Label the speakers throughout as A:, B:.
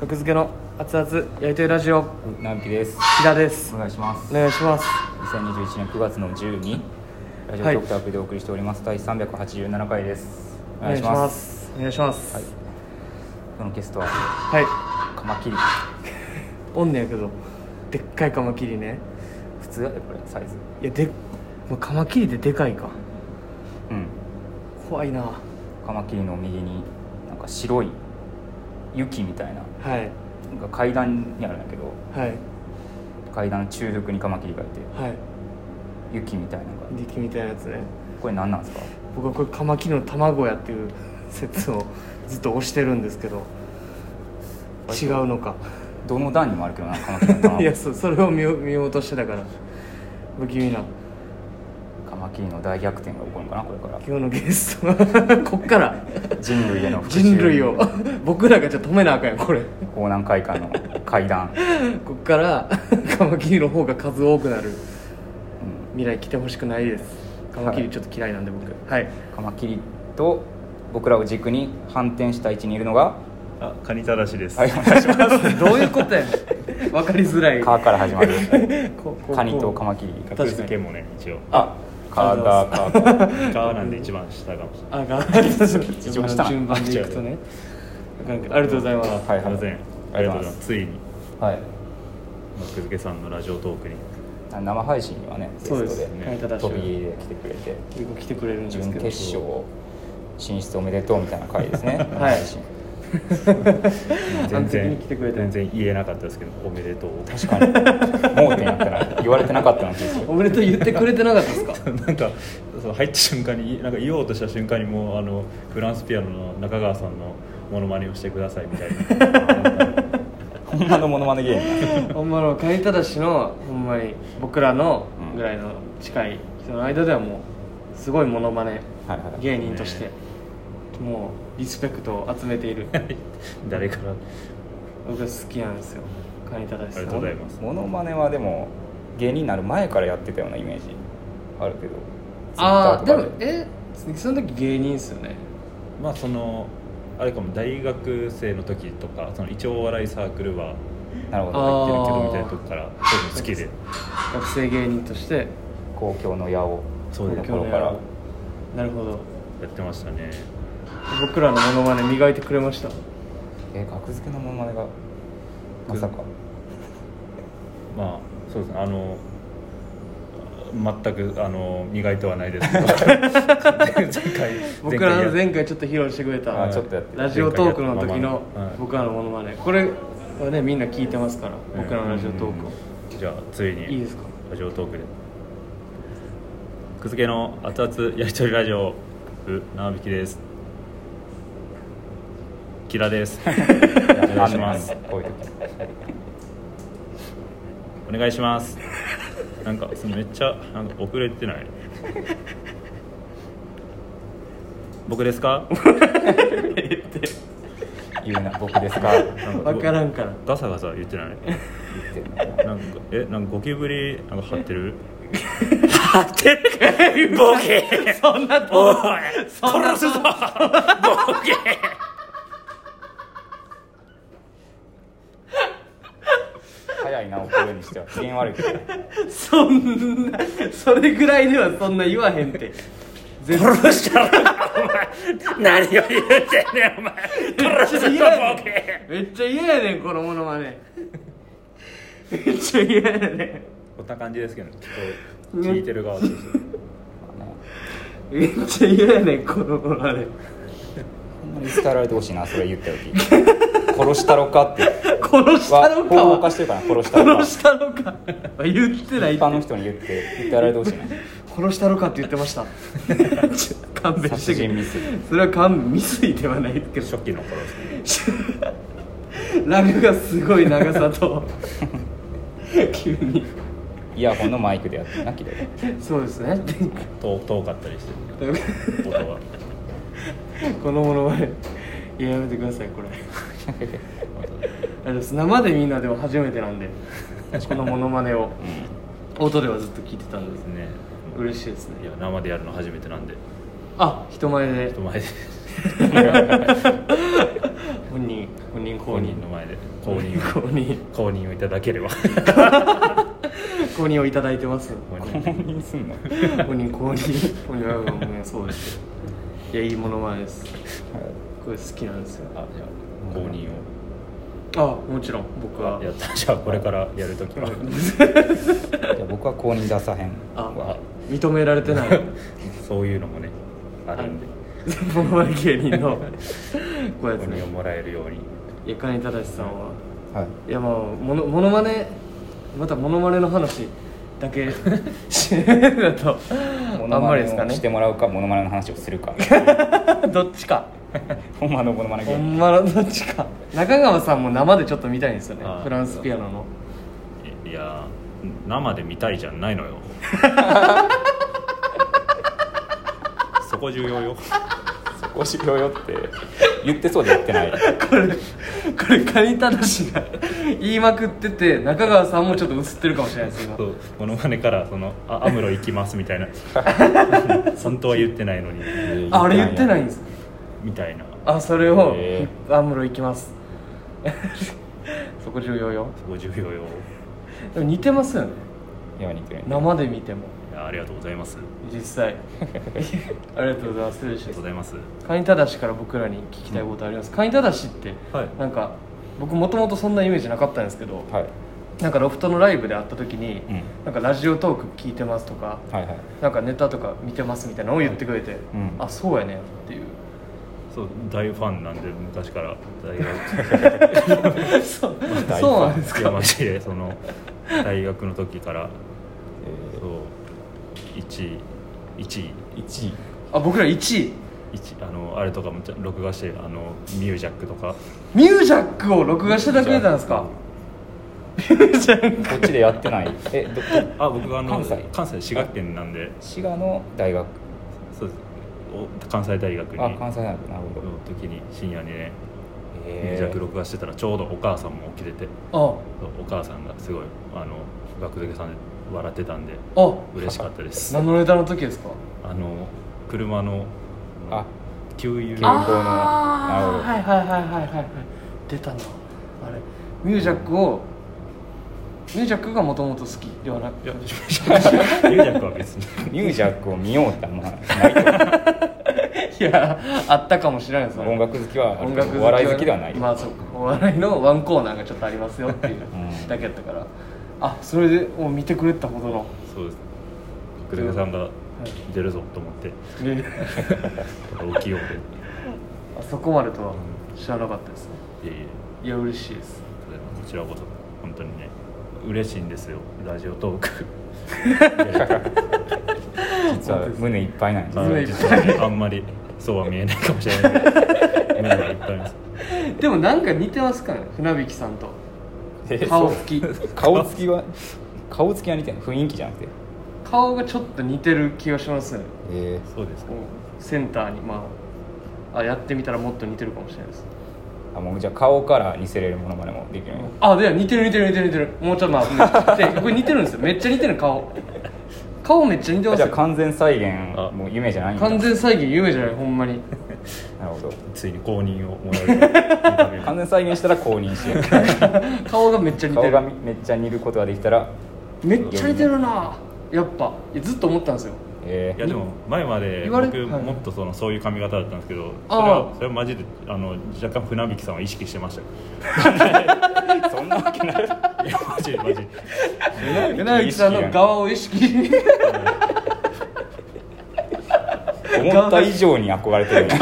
A: 格付けの熱々やりとりラジオ
B: 直樹です
A: 木田です
B: お願いします
A: お願いします
B: 2021年9月の12ラジオ
A: はい
B: 局とアプリでお送りしております、第387回ですお
A: お
B: 願いします
A: お願いします
B: はい今日のゲストは
A: はい、
B: カマキリ
A: おんねやけどでっかいカマキリね
B: 普通やでこれサイズ
A: いやでまあカマキリででかいか
B: うん
A: 怖いな
B: カマキリの右になんか白い雪みたいな
A: はい
B: なんか階段にあるんだけど
A: はい
B: 階段の中腹にカマキリがいて
A: はい
B: 雪みたいなのが
A: 力みたいなやつね
B: これ何なんですか
A: 僕はこれカマキリの卵やっていう 説をずっと推してるんですけど違うのか
B: どの段にもあるけどなカマキリの
A: いや
B: 卵
A: そそれを見よ見ようとしてたから不気味な
B: カマキリの大逆転が起こるのかなこれから
A: 今日のゲストはこっから
B: 人類への復讐
A: 人類 を 僕らがじゃあ止めなあかんよこれ
B: 港南会館の階段、
A: こっから カマキリの方が数多くなる
B: う
A: 未来来てほしくないですカマキリちょっと嫌いなんで僕はい
B: ん、カマキリと僕らを軸に反転した位置にいるのが
C: あ、カニタラシです。
B: はいお願いしま
A: どういうことやねん分かりづら
B: す
A: い
B: カーから始まる
A: ここ
B: カニとカ
A: こ
B: マキリ
C: 格付けもね、一応。
B: あカーがカーが
C: ガーなんで一番下かもしれな
A: あ
C: い。
A: が
B: 一番下
A: 順番でいくとねあかんけどありがとうございます
B: はい
C: すいません。ありがとうございます。ついに、
B: はい
C: 格付けさんのラジオトークに。
B: 生配信にはねゲ
A: そうで
B: スト
A: す
B: で
A: ね
C: ゲストで
B: 飛び入りで来てくれて
A: 結構来てくれるんです
B: 準
A: けど
B: 決勝進出おめでとうみたいな回ですね
A: はい
B: 生配信
A: あの
C: 全
A: 時に
C: 然
A: 来てくれた
C: 全然言えなかったですけど、おめでとう。
B: 確かに盲点やったな言われてなかっ たなっていう
A: おめでとう言ってくれてなかったです か
C: なんか、そう入った瞬間に、なんか言おうとした瞬間に、もう、あの、フランスピアノの中川さんの。モノマネをしてくださいみたいな。
B: ほんまのモノマネ芸人
A: ほんまのカニタダシのほんまに僕らのぐらいの近い人の間ではもうすごいモノマネ
B: はいはい
A: 芸人としてもうリスペクトを集めている
C: 誰から。
A: 僕好きなんですよカニタダシさん
C: ありがとうございます
B: モノマネはでも芸人になる前からやってたようなイメージあるけど
A: ああで
B: Twitter
A: も
B: とか
A: えその時芸人っすよね
C: まあ、その。あれかも大学生の時とかその一応お笑いサークルは
B: なるほ
A: あ
B: ど
A: ー
C: 入ってるけどみたいなとこからそういうの好きで
A: 学生芸人として
B: 公共の矢を
C: そうです
B: ところから
A: なるほど
C: やってましたね
A: 僕らのモノマネ磨いてくれました
B: え格付けのモノマネがま さか
C: まあそうですねあの全くあの磨いてはないで すけど前回
A: 僕らの
C: 前
A: 前回ちょっと披露してくれた
B: あちょっとやって
A: ラジオトークの時の
C: 前回やった
A: 僕らのモノマネこれはねみんな聞いてますから僕らのラジオトークを
C: じゃあついに
A: いいですか
C: ラジオトークで「くずけの熱々やりとりラジオ部」直引きですキラです お願いします
B: こういう時
C: お願いしますなんかそのめっちゃなんか遅れ てない僕ですか
B: 言うな僕ですか
C: なんか
A: 分からんから
C: ガサガサ言ってない
B: 言ってんの
C: なんかえなんかゴキブリなんか張ってる張ってるボケ
A: そんな
C: おい
A: と
C: 殺すぞボケ
B: 早いな怒るにしては機嫌悪いけど
A: そんなそれぐらいではそんな言わへんって絶対
C: 殺したろお前何を言ってんねんお前殺すぞボケ
A: めっちゃ嫌やねんこのモノマネめっちゃ嫌やね
C: こんな感じですけどちょっと聞いてる側として
B: まあね
A: んめっちゃ嫌やねんこのモノマネ
B: ほんまに伝えられてほしいなそれ言った時殺したろか って
A: 殺した
B: は
A: のか
B: 法を
A: は
B: 犯してるから殺したろか
A: 殺したのかは言ってないっ
B: 一
A: て
B: 般の人に言って言ってやられてほしいな
A: 殺したろかって言ってました ちょ勘弁して
B: 殺
A: くれ
B: 人未遂
A: それは勘弁未遂ではないけど
C: 初期の頃ですね
A: ラグがすごい長さと 急に
B: イヤホンのマイクでやってるなきで
A: そうですね
C: 遠遠かったりして音が
A: このものまねいややめてくださいこれあれです生でみんなでも初めてなんでこのモノマネを音ではずっと聞いてたんです
C: ね
A: 嬉しいですね
C: いや生でやるの初めてなんで
A: あ人前で
C: 人前で
A: も 本人本人公
C: 公
A: 認
C: 認の前で公認
A: 公認
C: 公認をいただければ
A: 公認をいただいてます
C: 公
B: 公
C: 認
B: 認すんの
A: 公認公認公認はもうそうですよいやいいものまねですこれ好きなんですよ
C: あじゃあ公認を
A: あもちろん僕は
C: やったじゃあこれからやるときは
B: じゃあ僕は公認出さへん
A: あ
C: あ
A: 認められてない
C: そういうのもねあ るんで
A: モノマネ芸人のこうやつ
C: 公
A: ね
C: 認をもらえるように
A: いや金井忠さんは
B: はい
A: いやもうものモノマネまたモノマネの話だけしだとあんまりですか
B: モノマネをして
A: ね
B: もらうかモノマネの話を するか
A: どっちか
B: ほんまのモノマネ
A: ほ
B: 芸人
A: んまのどっちか中川さんも生でちょっと見たいんですよね
C: あー
A: フランスピアノの
C: いや生で見たいじゃない のよそこ重要よ
B: そこしろよって言ってそうで言ってない
A: これこれカニタダシが言いまくってて中川さんもちょっと映ってるかもしれないです今
C: そうモノマネからそのあアムロ行きますみたい な本当は言ってないのに
A: ああれ言ってないんです
C: みたいな
A: あそれを
B: へ
A: アムロ行きますそこ重要よ
C: そこ重要よ
A: でも似てますよね
B: いや似てる
A: 生で見ても
C: いやありがとうございますあ
A: 実際ありがとうございます失礼し
C: りがとうございます
A: ますカニタダシから僕らに聞きたいことあります、カニタダシって、
C: はい
A: なんか僕もともとそんなイメージなかったんですけど、
B: はい
A: なんかロフトのライブで会った時に、
B: うん
A: なんかラジオトーク聞いてますとか、
B: はいはい
A: なんかネタとか見てますみたいなのを言ってくれて、
B: うん
A: あそうやねっていう
C: そう大ファンなんで昔から大学
A: そう
B: 大
A: そうなんです
C: いや
A: か
C: マジでその大学の時から
B: え
C: そう1位1位
B: ー、1位
A: あ僕ら1位
C: 一あのあれとかもちゃ録画してあのミュージャックとか
A: ミュージャックを録画してたくれたんですか
B: こっちでやっ てないえどど
C: あ僕があの
B: 関西
C: 関西滋賀県なんで
B: 滋賀の大学
C: そうですお関西大学に
B: あ関西大学なるほど
C: の時に深夜にねミュー
B: え
C: ジャック録画してたらちょうどお母さんも起きてて
A: あ
C: そうお母さんがすごいあの学生さんで笑ってたんで
A: あ
C: 嬉しかっ たです
A: 何のネタの時ですか
C: あの車の
B: あ
C: 給油
B: あ動のなるほ
A: あ
B: ど
A: ーはいはいはいはいはいはい出たなあれミュージャックをミュージャックがもともと好きではなく
C: いやミュージャックは別に
B: ミュージャックを見ようってあんまない と
A: いやあったかもしれないです
B: 思う音楽好きはある
A: 音
B: け
A: 楽
B: どお笑い好きではない、
A: まあそうかお笑いのワンコーナーがちょっとありますよっていう
B: ん
A: だけやったから、あそれでもう見てくれたほど の、
C: そうです学生さんが出るぞと思って
A: ね
C: 起きようで
A: あそこまでとは知らなかったですね
C: いえいえ
A: いや嬉しいです
C: こちらこそ本当にね嬉しいんですよラジオト ークで
B: 実は胸いっぱいなんです
C: ま
A: 胸
C: あ
A: いっぱい
C: 実はねあんまりそうは見えないかもしれないけど胸がいっぱいです
A: でもなんか似てますからね船引きさんと
B: えー
A: 顔
B: そう
A: つき
B: 顔つきは顔つきは似てない雰囲気じゃなくて
A: 顔がちょっと似てる気がしますね
B: え
C: そうですか
A: こうセンターにまああやってみたらもっと似てるかもしれないです
B: ー、あもうじゃあ顔から似せれるものまでもできるね
A: あで似てる似てる似てる似てるもうちょっとまあでこれ似てるんですよめっちゃ似てる顔顔めっちゃ似てます
B: あじゃあ
A: よ
B: 完全再現
C: あ
B: もう夢じゃないんだ
A: 完全再現夢じゃないほんまに
B: なるほど
C: ついに公認をもらえる
B: 完全再現したら公認しよ
A: 顔がめっちゃ
B: う
A: 似て
B: 顔が
A: る
B: みめっちゃ似ることができたら
A: めっちゃ似てるなやっぱいやずっと思ったんですよ
B: え
C: いやでも前まで
A: 言われ
C: 僕
A: はい
C: もっとそのそういう髪型だったんですけどそれ
A: ああ
C: はそれはマジであの若干船引きさんは意識してましたよ
B: ー、そんなわ けない
C: いやマジマジ
A: うなぎさんの側を意識
B: 思った以上に憧れてるね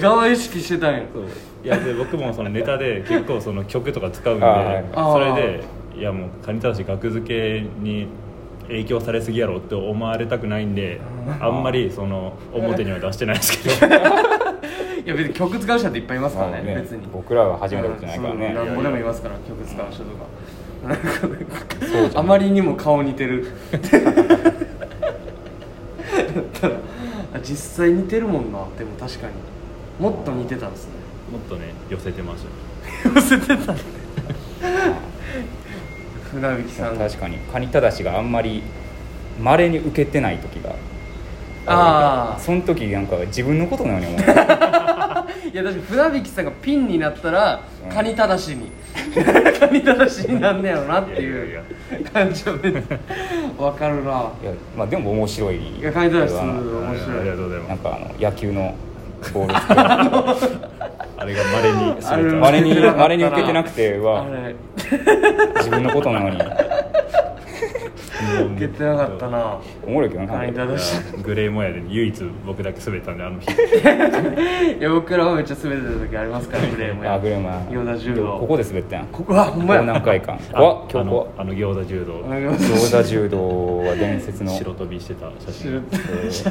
A: 側意識してたんや
C: そういやで僕もそのネタで結構その曲とか使うんで
B: あはい
C: それでいやもうカニタダシ学付けに影響されすぎやろって思われたくないんであんまりその表には出してないですけど
A: いや別に曲使う人っていっぱいいますからね
B: まあ
A: 別に
B: 僕らは始めたことじゃないから
A: そう何
B: ね
A: ぼでもいますから曲使う人とかなんかあまりにも顔似てるだったらあ実際似てるもんなでも確かにもっと似てたんです ね
C: もっとね寄せてまし
A: 寄せてた船引さん
B: 確かにカニタダシがあんまりまれに受けてない時が
A: あー
B: その時なんか自分のことのように思う
A: いや確かに船引さんがピンになったら、
B: うん
A: カニただしに カニただしになんねやろなって
C: い
A: い
C: や
A: う感じは別に分かるない
B: やまあでも面白い
A: いやカニただしすごい
B: な
A: 面
C: ありが
A: 白い
C: とうござい
B: ん
C: ま
B: かあの野球のボール 作る
C: すあれがまれに
A: あれ
C: そ
B: あれにあれに受けてなくて
A: あ
B: は
A: れ
B: 自分のことのように
A: 受けてなかったな
B: おもろいけどな
A: カニただし
C: グレーモヤで唯一僕だけ滑ったんであの日
A: いや僕らもめっちゃ滑ってた時ありますからフレーム
B: あグレマ
A: ヨダ柔道
B: ここで滑ったやんこ
A: ここはほんま
B: こ
A: や
B: 何回か
C: あ
B: わ今日怖
C: あ
B: っ
C: のあの餃子柔道
A: ありがとうございます
B: 餃子柔道は伝説の
C: 白飛びしてた写
A: 知る
C: 真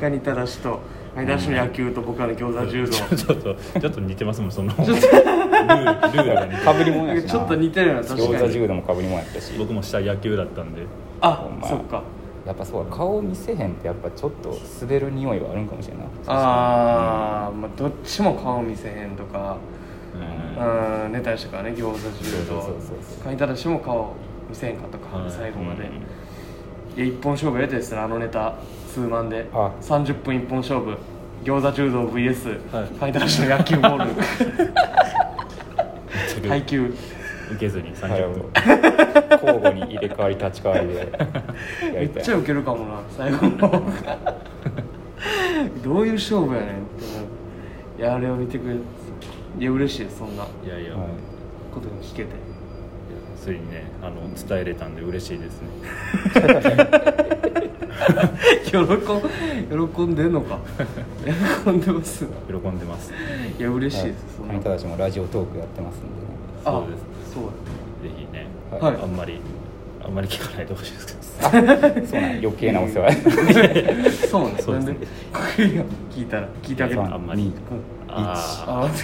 A: カニただしとカニただしの野球と僕らの餃子柔道
C: ちょっとちょっと似てますもんそのルールルールが似て
B: かぶりもんやしな
A: ちょっと似てるな確
B: 餃
A: か
B: 子
A: に
B: 柔道もかぶりもんやったし
C: 僕も下野球だったんで
A: あ
B: お前
A: そっか
B: やっぱそうだ顔見せへんってやっぱちょっと滑る匂いはあるんかもしれんない
A: あー、まあどっちも顔見せへんとか
C: うん
A: うんネタにしたからね餃子柔
B: そうそう
A: 道
B: そうそう
A: カニただしも顔見せへんかとか、
C: はい
A: 最後まで、
B: うん
A: いや一本勝負やりたいですねあのネタ数万で
B: あ
A: 30分一本勝負餃子柔道 VS、
C: はい
A: カニただしの野球ボー ル
C: 全
A: 配
C: く
A: 球
C: 受けずに
B: はい
C: 30分
B: 交互に入れ替わり立ち替わりでや
A: め
B: り
A: った
B: い
A: ちゃウケるかもな最後の どういう勝負やねんっていやあれを見てくれていや嬉しいですそんない
C: やいや、
B: はい
A: ことが聞けて
C: ついにねあの伝えれたんで嬉しいですね
A: 喜ん喜んでんの か喜んでます
C: 喜んでますぜ
A: いや嬉しいです、
B: はいカニただしもラジオトークやってますんでね
A: あ
C: そうです
A: そう
C: ひね、
B: はい
A: はい
C: あんまりあんまり聞かないでほしいですけど
B: そうなん余計なお 世話
A: だそうね
C: そうで
A: なん
C: すね
A: で聞いたら聞いてあげる
B: 三
C: あんまり
B: 二
A: うん
C: あ
A: あ